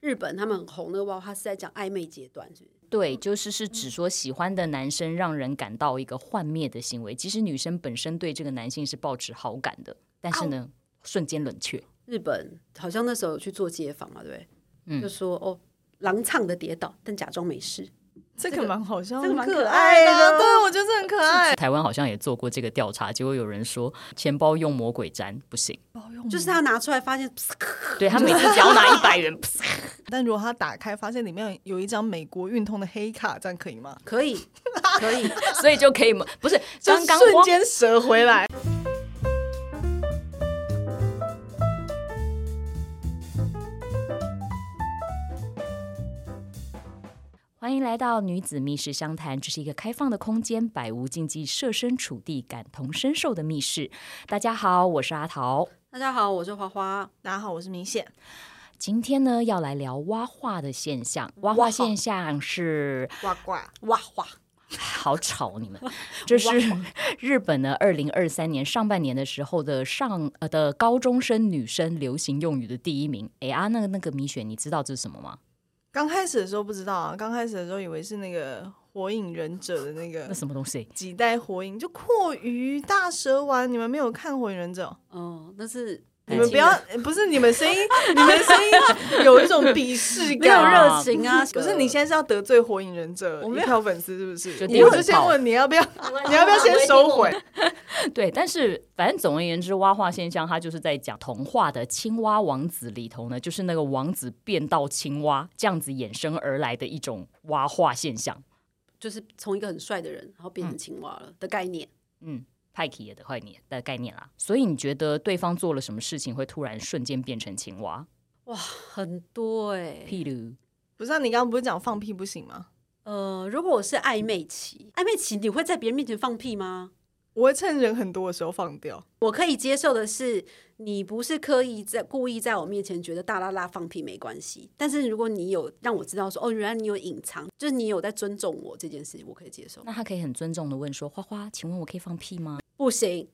日本他们很红那个娃娃，它是在讲暧昧阶段，是不是？嗯对，就是是指说喜欢的男生让人感到一个幻灭的行为，其实女生本身对这个男性是抱持好感的，但哦是呢，瞬间冷却。日本好像那时候有去做街访嘛，对不对？嗯就说哦，狼唱的跌倒，但假装没事。这这个个蛮好笑，这个蛮很可爱爱的对我觉得这很可爱。台湾好像也做过这个调查，结果有人说钱包用魔鬼粘不行，就是他拿出来发现， 对他每次只要拿一百元， 但如果他打开发现里面有一张美国运通的黑卡，这样可以吗？可以，可 以，所以就可以不是 就刚刚瞬光间折回来。欢迎来到女子密室相谈，这是一个开放的空间，百无禁忌，设身处地、感同身受的密室。大家好，我是阿桃。大家好，我是花花。大家好，我是明宪。今天呢，要来聊蛙化的现象。蛙化现象是呱呱，哇哇，好吵，你们这是日本呢，二零二三年上半年的时候的上呃的高中生女生流行用语的第一名。哎啊，那个那个米雪，你知道这是什么吗？刚开始的时候不知道啊，刚开始的时候以为是那个火影忍者的那个那什么东西？几代火影，就阔鱼大蛇丸。你们没有看火影忍者哦？哦，那是你们不要，呃不是你们声音，你们声音有一种鄙视没有感。热情啊！不是你现在是要得罪火影忍者我一没有票粉丝是不是就？第我二就先炮问你要不要，你要不要先收回？对，但是反正总而言之，蛙化现象它就是在讲童话的青蛙王子里头呢，就是那个王子变到青蛙这样子衍生而来的一种蛙化现象。就是从一个很帅的人，然后变成青蛙了的概念。嗯，派克也的概念的概念啦。所以你觉得对方做了什么事情会突然瞬间变成青蛙？哇，很多哎、譬如，不是、啊，你刚刚不是讲放屁不行吗？呃，如果我是暧昧期，暧昧期你会在别人面前放屁吗？我会趁人很多的时候放掉。我可以接受的是，你不是刻意在故意在我面前觉得大拉拉放屁没关系，但是如果你有让我知道说，哦，原来你有隐藏，就是你有在尊重我这件事，我可以接受。那他可以很尊重的问说：“花花，请问我可以放屁吗不行，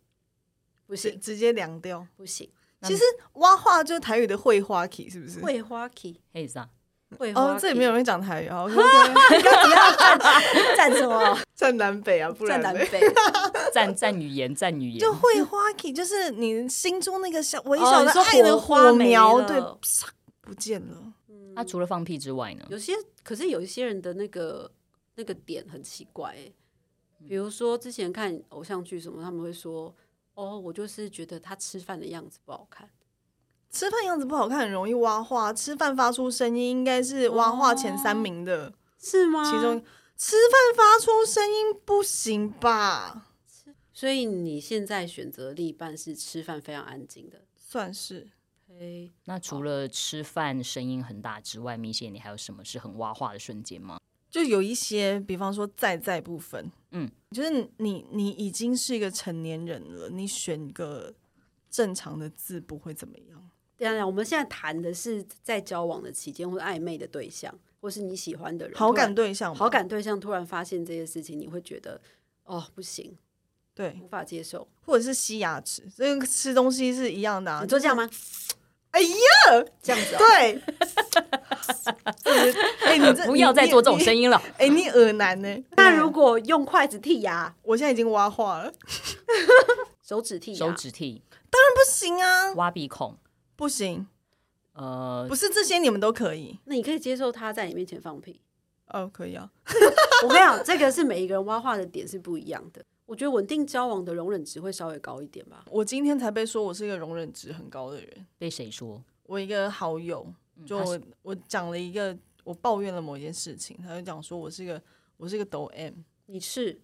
不直行，直接凉掉。不行，那其实蛙化就是台语的会花体，是不是？会花 key，？” 可以这样，会花 key。嗯哦，这里面有人讲台语啊， 你刚怎样站什么？站南北 啊？不站然南嘞北。赞赞语言，赞语言。就会花体，就是你心中那个小微小哦的你说爱的火花没苗，了对，啪不见了。那除了放屁之外呢？有些可是有一些人的那个那个点很奇怪、欸，比如说之前看偶像剧什么，他们会说。哦，我就是觉得他吃饭的样子不好看，吃饭样子不好看，很容易蛙化。吃饭发出声音，应该是蛙化前三名的是吗？哦其中。吃饭发出声音不行吧？所以你现在选择另一半是吃饭非常安静的，算是嘿，那除了吃饭声音很大之外，明显你还有什么是很蛙化的瞬间吗？就有一些，比方说在在部分，嗯，就是你你已经是一个成年人了，你选一个正常的字不会怎么样。对啊，我们现在谈的是在交往的期间或者暧昧的对象，或是你喜欢的人，好感哦突对象然嘛，好感对象突然发现这些事情，你会觉得哦不行，对，无法接受，或者是吸牙齿，这个吃东西是一样的、啊。你就这样吗？哎呀，这样子、哦， 对， 哎、你这不要再做这种音，声音了。哎、你耳男呢、那如果用筷子剔牙，我现在已经挖化了，手指剔牙，手指剃、不行啊，挖鼻孔，不行，呃不，是这些你们都可以，那你可以接受他在你面前放屁。哦，可以啊。我跟你讲，这个是每一个人挖话的点是不一样的。我觉得稳定交往的容忍值会稍微高一点吧。我今天才被说我是一个容忍值很高的人，被谁说？我一个好友，就他我我讲了一个，我抱怨了某一件事情，他就讲说我是一个我是一个抖 M，你是，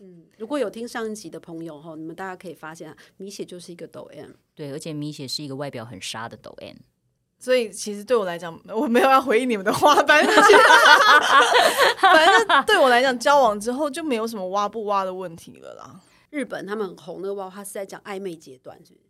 嗯，如果有听上一集的朋友哈，你们大家可以发现啊，米血就是一个抖 M，对，而且米雪是一个外表很沙的抖 N，所以其实对我来讲，我没有要回应你们的话，反正 反正对我来讲，交往之后就没有什么挖不挖的问题了啦。日本他们很红那个娃娃，他是在讲暧昧阶段，是不是？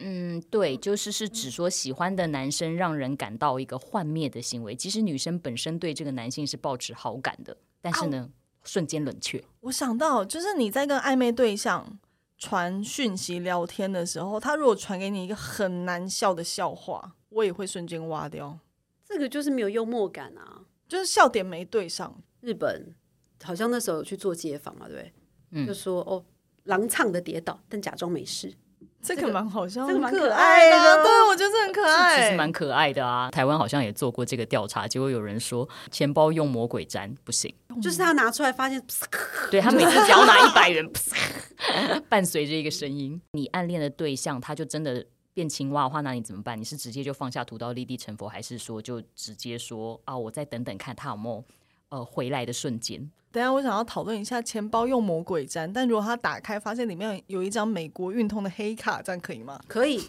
嗯，对，就是是指说喜欢的男生让人感到一个幻灭的行为，其实女生本身对这个男性是抱持好感的，但是呢，瞬间冷却。我想到，就是你在跟暧昧对象传讯息聊天的时候，他如果传给你一个很难笑的笑话，我也会瞬间挖掉。这个就是没有幽默感啊。就是笑点没对上，日本好像那时候有去做街访嘛，对不对？嗯就说哦，狼唱的跌倒，但假装没事。这这个个蛮好笑，这个蛮很可可爱的的，对我觉得这很可爱，其实蛮可爱的啊。台湾好像也做过这个调查，结果有人说钱包用魔鬼粘不行，就是他拿出来发现， 对他每次只要拿一百元， 伴随着一个声音，你暗恋的对象他就真的。变青蛙的话，那你怎么办？你是直接就放下屠刀立地成佛，还是说就直接说啊，我再等等看他有没有呃回来的瞬间？等一下，我想要讨论一下钱包用魔鬼粘，但如果他打开发现里面有一张美国运通的黑卡，这样可以吗？可以，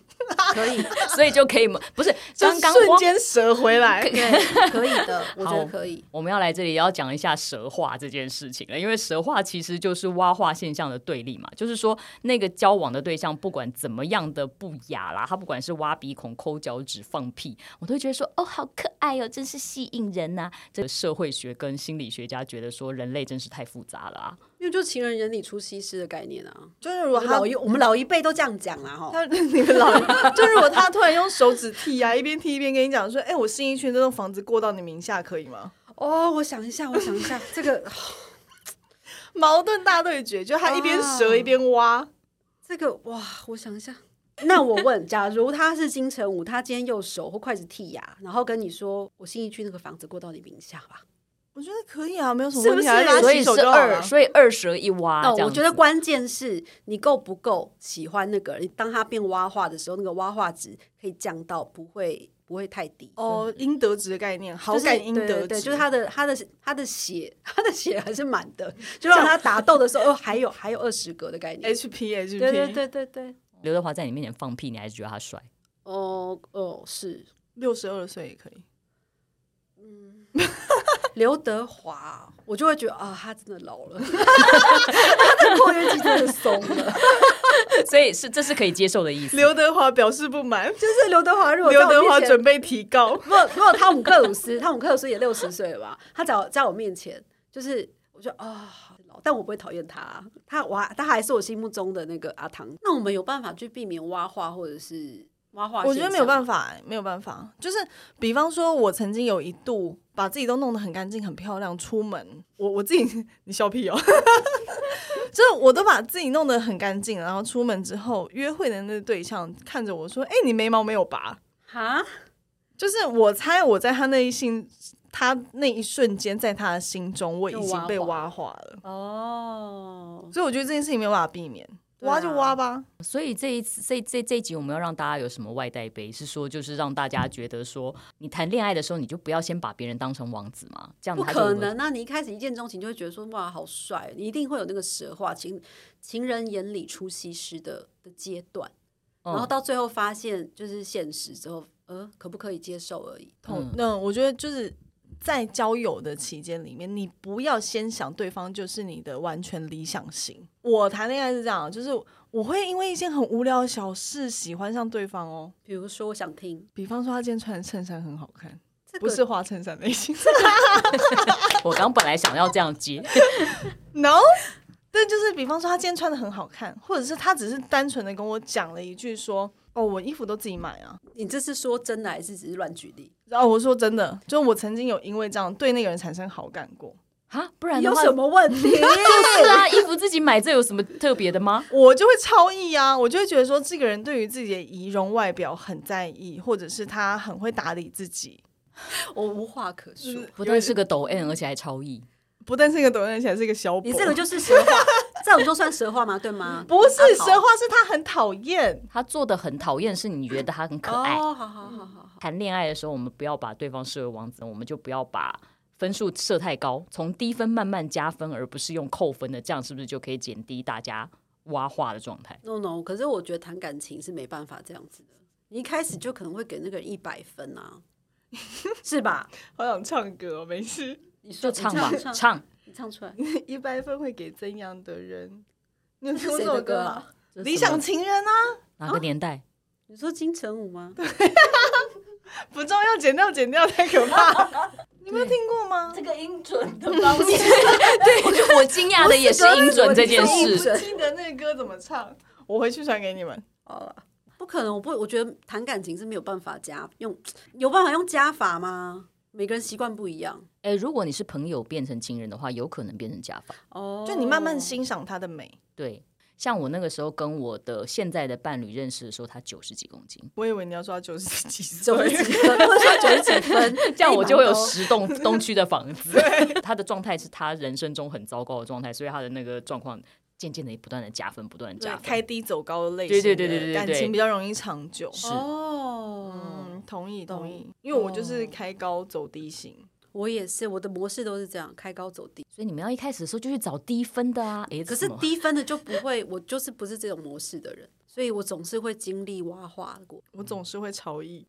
可以， 所以就可以吗？不是刚刚就是花瞬间折回来，对，可以的，我觉好得可以。我们要来这里要讲一下蛇化这件事情了，因为蛇化其实就是蛙化现象的对立嘛，就是说那个交往的对象不管怎么样的不雅啦，他不管是挖鼻孔、抠脚趾、放屁，我都会觉得说哦好可爱哦，真是吸引人呐、这个社会学跟心理学家觉得说人类真是太复杂了啊，因为就情人眼里出西施的概念啊，就是如果他老一我们老一辈都这样讲啦哈。他你们老人，就如果他突然用手指剃啊，一边剃一边跟你讲说，哎、我新一区这栋房子过到你名下可以吗？哦，我想一下，我想一下，这个 矛盾大对决，就他一边折啊一边挖，这个哇，我想一下。 那我问，假如他是金城武，他今天右手或筷子剔牙，然后跟你说我新一区那个房子过到你名下吧，我觉得可以啊，没有什么是不问题啊，是大家所洗以手是就好了二，。所以二蛇一蛙那啊这样哦我子觉得关键是你够不够喜欢那个人。当他变蛙化的时候，那个蛙化值可以降到不会不会太低。哦，应得值的概念，好就是感应对得值，对对，就是他的他的他的血，他的血还是满的，就让他打斗的时候，哦，还有还有二十格的概念。 HP HP，对对对对对，刘德华在你面前放屁，你还是觉得他帅？哦哦是六十二岁也可以。刘德华，我就会觉得啊，他真的老了，他的括约肌真的松了。所以是这是可以接受的意思。刘德华表示不满，就是刘德华，如果在刘我面德华前准备提告。如果如果汤姆克鲁斯，汤姆克鲁斯也六十岁了吧？他在我在我面前，就是我就啊、好老，但我不会讨厌他啊，他我还他还是我心目中的那个阿唐。那我们有办法去避免蛙化或者是蛙化？我觉得没有办法，法、欸没有办法。就是比方说，我曾经有一度把自己都弄得很干净、很漂亮，出门我我自己 你笑屁哦，就是我都把自己弄得很干净，然后出门之后，约会的那个对象看着我说：“哎、你眉毛没有拔？”哈，就是我猜我在他那一心，他那一瞬间，在他的心中，我已经被又挖挖化了。哦，所以我觉得这件事情没有办法避免，对啊挖就挖吧。所以这一次，这这这一集我们要让大家有什么外带杯？是说，就是让大家觉得说，你谈恋爱的时候，你就不要先把别人当成王子嘛，这样不他就可能。那你一开始一见钟情就会觉得说哇好帅，你一定会有那个蛇化情情人眼里出西施的的阶段，嗯然后到最后发现就是现实之后，呃，可不可以接受而已。嗯同那我觉得就是在交友的期间里面，你不要先想对方就是你的完全理想型。我谈恋爱是这样，就是我会因为一件很无聊的小事喜欢上对方哦。比如说，我想听比方说，他今天穿的衬衫很好看，这个不是花衬衫类型，我刚本来想要这样 接， no。但就是比方说，他今天穿的很好看，或者是他只是单纯的跟我讲了一句说：“哦，我衣服都自己买啊。你这是说真的还是只是乱举例？”然后我说：“真的，就是我曾经有因为这样对那个人产生好感过。”啊，不然的有话什么问题？ 是啊，衣服自己买，这有什么特别的吗？我就会超意啊，我就会觉得说，这个人对于自己的仪容外表很在意，或者是他很会打理自己。我无话可说。不但是个抖 N，而且还超意。不但是一个抖音，而且还是一个小你博。这个就是蛇话，这种就算蛇话吗？对吗？啊不是好神话，是他很讨厌。他做的很讨厌，是你觉得他很可爱。哦，好好好好好。谈恋爱的时候，我们不要把对方视为王子，我们就不要把分数设太高，从低分慢慢加分，而不是用扣分的，这样是不是就可以减低大家挖话的状态？ No no，可是我觉得谈感情是没办法这样子的。你一开始就可能会给那个人一百分 啊，是吧？好想唱歌、哦，没事。你说就唱吧你，唱，唱。你唱出来。 一百分会给怎样的人？你有听是过谁这的首歌吗？啊？理想情人啊，哪哦个 年代？你说金城武吗？不重要，剪掉，剪掉，太可怕了。 你没有听过吗？个音准的方式，对 我惊讶的也是音准这件不是事。我不记得那个歌怎么唱，我回去传给你们。好了，不可能，我不，我觉得谈感情是没有办法加用，有办法用加法吗？每个人习惯不一样哎，如果你是朋友变成情人的话，有可能变成加法。哦就你慢慢欣赏它的美。对，像我那个时候跟我的现在的伴侣认识的时候，他九十几公 斤，我以为你要说他九十几九十岁，几分，或者说九十几分， 这样我就会有一盲十 栋东区的房子。 他的状态是他人生中很糟糕的状态，所以他的那个状况渐渐的不断的加分，不断的对加分。开低走高的类型对的，对对对对对感情比较容易长久。是哦兜哦。嗯，同意懂同意，因为我就是开高走低型。嗯我也是，我的模式都是这样，开高走低。所以你们要一开始的时候就去找低分的啊。哎，可这是什么低分的就不会，我就是不是这种模式的人，所以我总是会经历挖化过。我总是会潮意，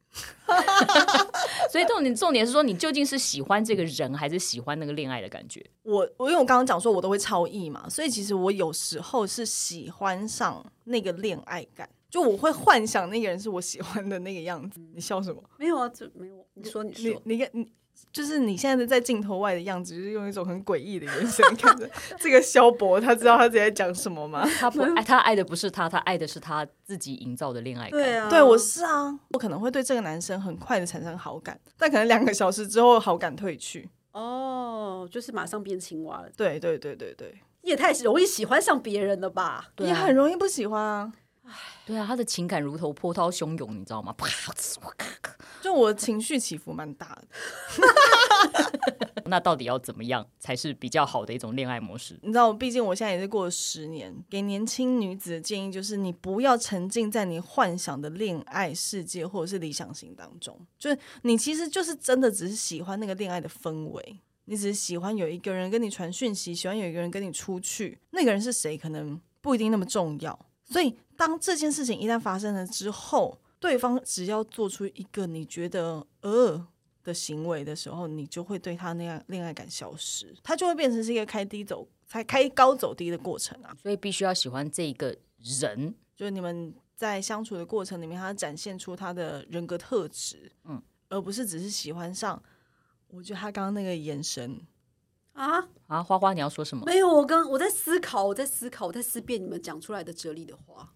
所以重点重点是说，你究竟是喜欢这个人，还是喜欢那个恋爱的感觉？我我因为我刚刚讲说我都会超意嘛，所以其实我有时候是喜欢上那个恋爱感，就我会幻想那个人是我喜欢的那个样子。嗯你笑什么？没有啊，这没有。你说，你你说，你看你。就是你现在在镜头外的样子，就是用一种很诡异的眼神看着 这个萧伯，他知道他自己在讲什么吗？他不爱，他爱的不是他，他爱的是他自己营造的恋爱感。对啊，对，我是啊，我可能会对这个男生很快的产生好感，但可能两个小时之后好感褪去。哦，就是马上变青蛙了。对对对对对，你也太容易喜欢上别人了吧？对也啊很容易不喜欢啊。对啊，他的情感如同波涛汹涌，你知道吗？啪！ 就我情绪起伏蛮大的。那到底要怎么样才是比较好的一种恋爱模式？你知道，毕竟我现在也是过了十年，给年轻女子的建议就是，你不要沉浸在你幻想的恋爱世界或者是理想型当中，就是你其实就是真的只是喜欢那个恋爱的氛围。你只是喜欢有一个人跟你传讯息，喜欢有一个人跟你出去，那个人是谁可能不一定那么重要。所以，当这件事情一旦发生了之后，对方只要做出一个你觉得呃的行为的时候，你就会对他那样恋爱感消失，他就会变成是一个开低走才开高走低的过程啊。所以必须要喜欢这一个人，就是你们在相处的过程里面，他展现出他的人格特质，嗯嗯，而不是只是喜欢上。我觉得他刚刚那个眼神，啊，啊，花花，你要说什么？没有，我跟我在思考，我在思考，我在思辨你们讲出来的哲理的话，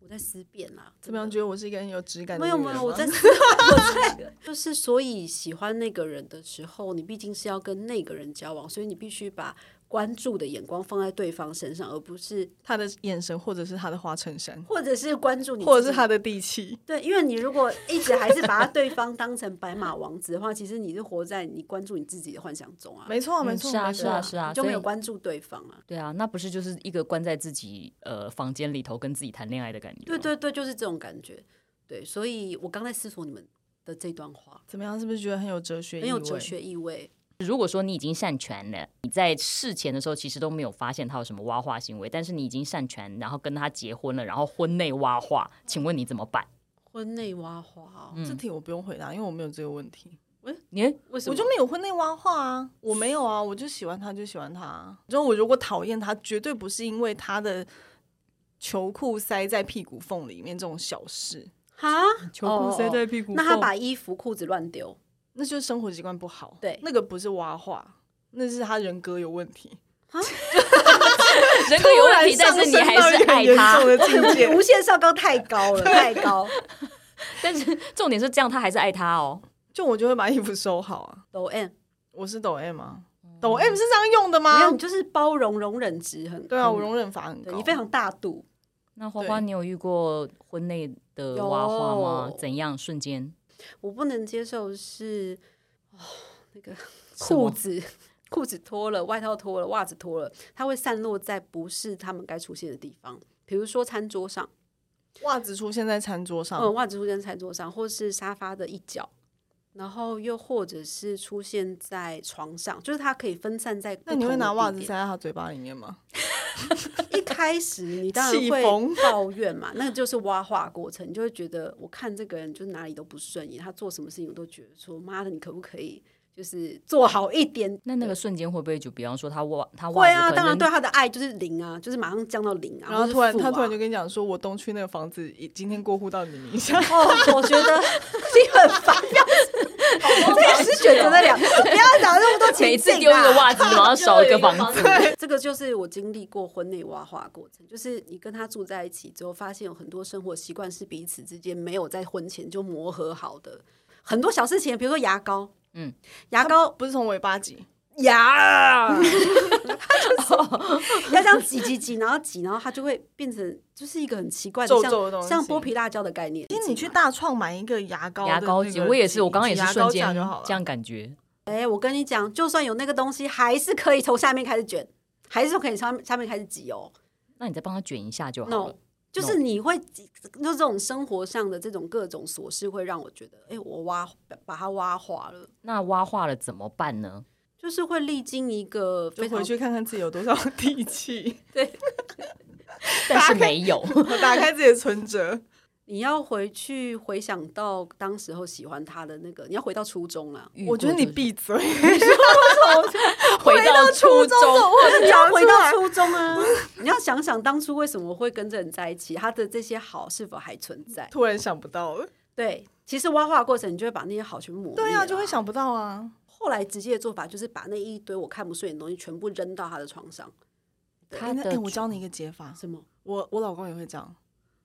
我在思辨啦。怎么样？真的觉得我是一个很有质感的没有女没人有，我吗在思我在就是，所以喜欢那个人的时候，你毕竟是要跟那个人交往，所以你必须把关注的眼光放在对方身上，而不是他的眼神，或者是他的花衬衫，或者是关注你自己，或者是他的地气。对，因为你如果一直还是把他对方当成白马王子的话，其实你是活在你关注你自己的幻想中啊，没错，嗯没错，是啊没对错是啊是啊你就没有所以关注对方啊。 对啊，那不是就是一个关在自己呃房间里头跟自己谈恋爱的感觉吗？对对对，就是这种感觉。对，所以我刚在思索你们的这段话，怎么样？是不是觉得很有哲学？很有哲。学意味。如果说你已经善权了，你在事前的时候其实都没有发现他有什么挖化行为，但是你已经善权，然后跟他结婚了，然后婚内挖化，请问你怎么办？婚内挖花、哦，这题我不用回答，因为我没有这个问题，你为什么？嗯我就没有婚内挖话啊，我没有啊，我就喜欢他就喜欢他啊，就我如果讨厌他，绝对不是因为他的球裤塞在屁股缝里面这种小事，哈，哦屁股那 他把衣服裤子乱丢，那就是生活习惯不好，对那个不是挖话，那是他人格有问题， 人格有问题，但突然上是你升还到是一个爱严他重，的境 界，无限上纲太高 了，太高。但是 重点是这样，他还是爱他哦。就我就会把衣服收好啊，抖 M，我是抖 M 啊，抖 M 是这样用的没有，吗你？就是包容容忍值很对啊，很我容忍法很对高，你非常大度。那花花，对你有遇过婚内的挖话吗有？怎样瞬间我不能接受是哦，那个什么裤子裤子脱了，外套脱了，袜子脱了，它会散落在不是他们该出现的地方，比如说餐桌上，袜子出现在餐桌上，嗯，袜子出现在餐桌上，或是沙发的一角。然后又或者是出现在床上，就是它可以分散在不那你会同的拿地袜子点塞在他嘴巴里面吗？一开始你当然气会疯抱怨嘛，那就是挖话过程，你就会觉得我看这个人就哪里都不顺眼，他做什么事情我都觉得说妈的，你可不可以就是做好一点？那那个瞬间会不会就比方说他袜他袜会子啊，可当然能 对他的爱就是零啊，就是马上降到零啊，然后突然，他突然就就跟你讲说，我东区那个房子已今天过户到你 名下。哦，我 啊觉得你很烦，不要我真的是选择了两个，不要拿那么多哦啊每次丢一个袜子，然后少一 个房 子。对，这个就是我经历过婚内挖化过程，就是你跟他住在一起之后，发现有很多生活习惯是彼此之间没有在婚前就磨合好的，很多小事情，比如说牙膏，嗯嗯，牙膏 不是从尾巴 挤，牙，要这样挤挤挤，然后挤，然后它就会变成就是一个很奇怪的，皱像皱的东西像剥皮辣椒的概念。其实你去大创买一个牙膏的牙那个膏挤，机，我也是，我刚刚也是挤牙瞬膏间架就好了这。样感觉。哎、我跟你讲，就算有那个东西，还是可以从下面开始卷，还是可以从下面开始挤哦。那你再帮他卷一下就好 no，了。就是你会就这种生活上的这种各种琐事，会让我觉得，哎、我挖把它挖化了，那挖化了怎么办 呢？就是会历经一个就非常回去看看自己有多少 力 气，但是没有，打开自己的存折。你要回去回想到当时候喜欢他的那个，你要回到初中啊 啦，遇我过觉得你就是闭嘴， 回到初中， 你要回哦讲出到来初中啊， 你要想想当初为什么会跟这人在一起，他的这些好是否还存在？突然想不到了。 对，其实挖化的过程，你就会把那些好全部抹灭对啊，啊，就会。想不到啊。后来直接的做法就是把那一堆我看不顺眼的东西全部扔到他的床上，他哎那的哎，我教你一个解法，什么？我我老公也会这样。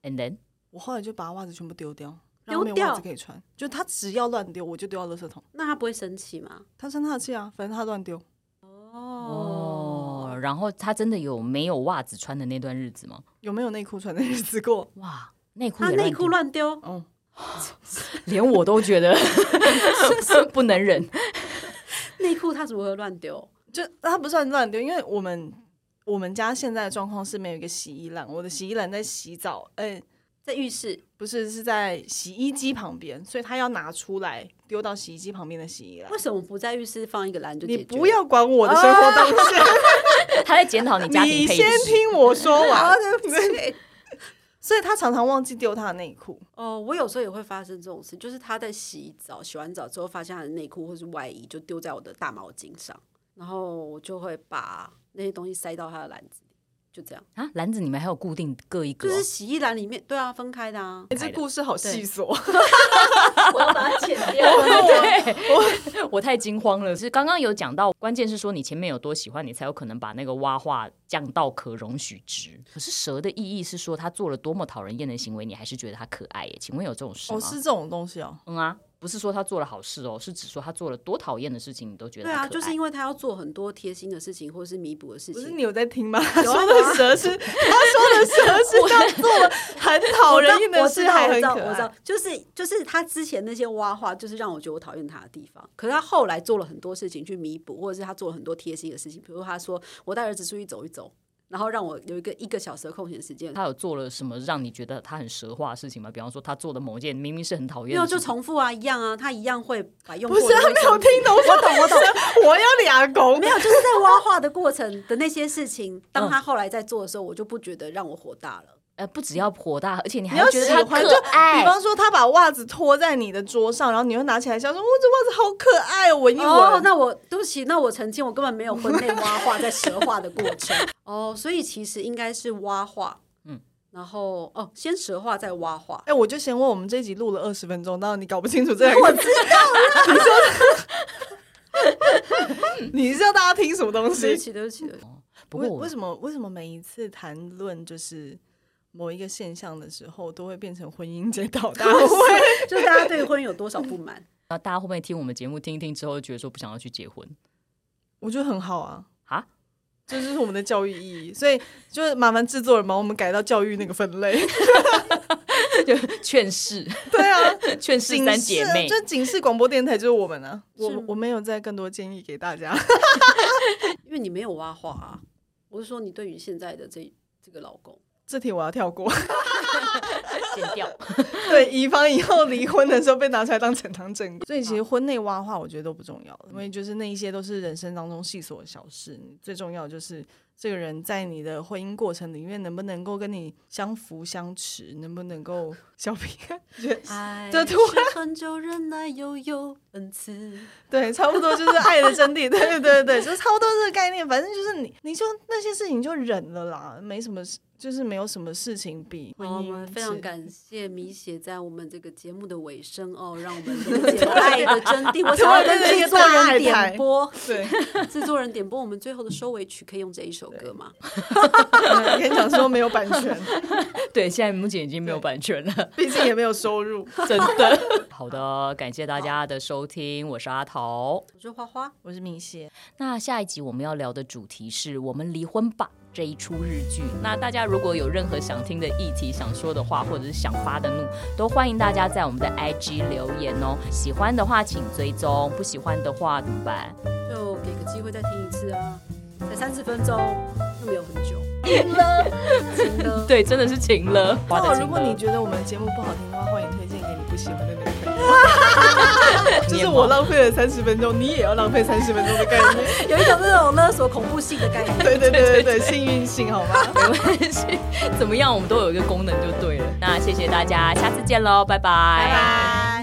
and then 我后来就把袜子全部丢掉，然丢后没有袜子掉可以穿，就他只要乱丢，我就丢到垃圾桶。那他不会生气吗？他生他的气啊，反正他乱丢，哦，然后他真的有没有袜子穿的那段日子吗？有没有内裤穿的日子过？哇，内裤他也内丢裤，乱丢，哦，连我都觉得不能忍。内裤他如何乱丢？就他不算乱丢，因为我们我们家现在的状况是没有一个洗衣篮，我的洗衣篮在洗澡，哎、在浴室，不是是在洗衣机旁边，所以他要拿出来丢到洗衣机旁边的洗衣篮为。什么不在浴室放一个篮就解你决？不要管我的生活动 线，他在检讨你家你庭配先置，听我说完。啊 对。所以他常常忘记丢他的内裤，哦，我有时候也会发生这种事，就是他在洗澡，洗完澡之后发现他的内裤或是外衣就丢在我的大毛巾上，然后我就会把那些东西塞到他的篮子里，就这样，啊，篮子里面还有固定各一个就哦、是 洗衣篮里面，对啊，分开的啊，哎这故事好细琐。我要把它剪掉。对，我我太惊慌了。是刚刚有讲到，关键是说你前面有多喜欢，你才有可能把那个蛙化降到可容许值。可是蛇的意义是说，它做了多么讨人厌的行为，你还是觉得它可爱耶？请问有这种事吗？哦，是这种东西哦。嗯啊，不是说他做了好事哦，是指说他做了多讨厌的事情，你都觉得对它可啊，爱就是因为他要做很多贴心的事情或是弥补的事不是情，你有在听吗？他有啊说有啊的蛇是，他说的蛇 是他做了很讨我知人道厌的我知事，道，还我很知道，可我知爱道。，就是就是他之前那些挖话，就是让我觉得我讨厌他的地方。可是他后来做了很多事情去弥补，或者是他做了很多贴心的事情，比如他说我带儿子出去走一走，然后让我有一个一个小时的空闲时间。他有做了什么让你觉得他很蛇化的事情吗？比方说他做的某件明明是很讨厌没的有事情，就重复啊，一样啊，他一样会把用不过的是他东西没 有重复听懂， 我懂我懂，我要俩狗 没。有，就是在挖话的过程的那些事情，嗯当他后来在做的时候，我就不觉得让我火大了。呃，不只要火大，而且你你还要觉喜得他欢就可爱哎比。方说他把袜子拖在你的桌上，然后你又拿起来笑说：“哇，哦这袜子好可爱哦，闻一闻。哦，那我对不起，那我澄清，我根本没有婚内挖化在蛇化的过 程。哦，所以其实应该是挖化，嗯嗯，然后哦，先蛇化再挖化。哎，我就先问我们这一集录了二十分钟，然后你搞不清楚这两个，我知 你是要大家听什么东对不西？起，对不起，对不起不为过我为什么为什么每一次谈论就是某一个现象的时候，都会变成婚姻解 导大会？ 就是大家对婚姻有多少不满？啊，大家会不会听我们节目听一听之后，觉得说不想要去结婚我觉得很好啊，啊？这就是我们的教育意义。所以就是麻烦制作人把我们改到教育那个分 类。劝世，对啊，劝世警三示姐啊妹，就警示广播电台就是我们啊。我是吗我没有再更多建议给大家。 因为你没有挖化啊。我是说，你对于现在的这这个老公，这题我要跳过， 剪掉。 对，以防以后离婚的时候被拿出来当呈堂证供。嗯所以其实婚内挖话，我觉得都不重要了，因为就是那一些都是人生当中细琐的小事，最重要的就是这个人在你的婚姻过程里面能不能够跟你相扶相持，能不能够 相平安？爱这突是恒久忍耐，又有恩 赐。对，差不多就是爱的真谛。对 对对对，就差不多这个概念。反正就是你，你就那些事情就忍了啦，没什么事，就是没有什么事情比婚好，哦我姻们非常是感谢米雪在我们这个节目的尾声哦，让我们 了解爱的真谛。我想要跟制作人点播，对。 制作人点播我们最后的收尾曲，可以用这一首歌吗？嗯跟你讲说没有版权，对，现在目前已经没有版权了，毕竟也没有收入。真的。 好的，感谢大家的收听，我是阿桃。我是花花，我是明谢，那下一集我们要聊的主题是我们离婚吧这一出日剧。那大家如果有任何想听的议题、想说的话，或者是想发的怒，都欢迎大家在我们的 IG 留言哦。喜欢的话请追踪，不喜欢的话怎么办？就给个机会再听一次啊，才三十分钟，又没有很久。 赢了，对，真的是晴了。 花的那晴如果了你觉得我们节目不好听的话，欢迎推荐给你不喜欢的那个 朋友。就你也是我忙浪费了三十分钟，你也要浪费三十分钟的概 念。赢了，有一种那种勒索恐怖性的概念。对对对对对，幸运性好吗？没关系，怎么样，我们都有一个功能就对了。那谢谢大家，下次见喽，拜拜拜拜。